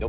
No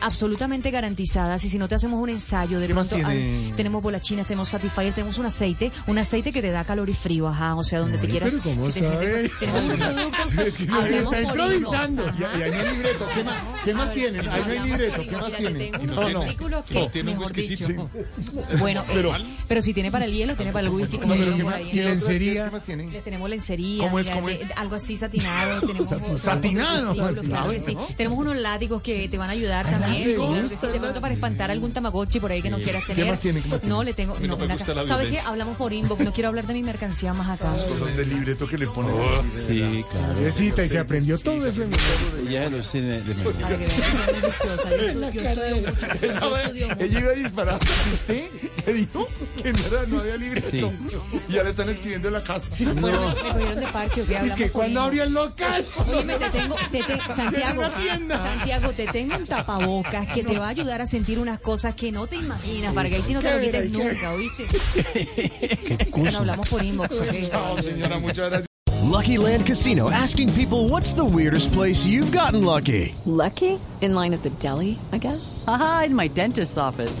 absolutamente garantizadas y si no te hacemos un ensayo de ¿Qué más pronto tiene? ay, tenemos bolas chinas, tenemos Satisfyer, tenemos un aceite, un aceite que te da calor y frío, ajá, o sea, donde te Ay, quieras. pero ¿cómo si te sientes- sabe? tenemos unos productos, Es que hablemos está por improvisando. inbox, Y ajá. y ahí no hay libreto. ¿Qué más, qué más tienen? Ahí no hay libreto. ¿Qué más tienen? No, no. tiene un whiskycito. Bueno, eh, pero, Pero- si tiene para el hielo, tiene para el whisky. como No, pero digo ¿qué por más ahí. tienen? lencería. ¿Qué más tienen? Le tenemos lencería, ¿Cómo es, mira, cómo de- es? algo así satinado, tenemos otros satinado, símbolos, claro que sí. satinado, ¿no? Tenemos unos látigos que te van a ayudar también, me sí, claro que gusta sí, de el pronto para espantar algún tamagotchi por ahí que no quieras tener. más tiene? ¿Qué más tiene? No, le tengo, no, una ca- ¿sabes qué? Hablamos por inbox, no quiero hablar de mi mercancía más acá. Cosas del libreto que le ponen. Sí, claro. Pobrecita, y se aprendió todo eso. en- Ella se alucina de memoria. Para que vean que soy ambiciosa, yo estudio- yo estudio mucho, yo estudio mucho. Ella iba a disparar. ¿Y ¿Usted le dijo que no, era- no había libreto? Y ahora están escribiendo en la casa. Bueno, me- me cogieron de parche, ¿ok? Es Hablamos que por cuando inbox. abrió el local. Óyeme, te tengo, te te- Santiago, una tienda. Santiago, te tengo un tapabocas que te va a ayudar a sentir unas cosas que no te imaginas, para que ahí sí no te lo Qué quites verá, qué- nunca, ¿oíste? Bueno, hablamos por inbox, ¿ok? Chao, señora, muchas gracias. Lucky Land Casino asking people what's the weirdest place you've gotten lucky? Lucky? In line at the deli, I guess? Aha, in my dentist's office.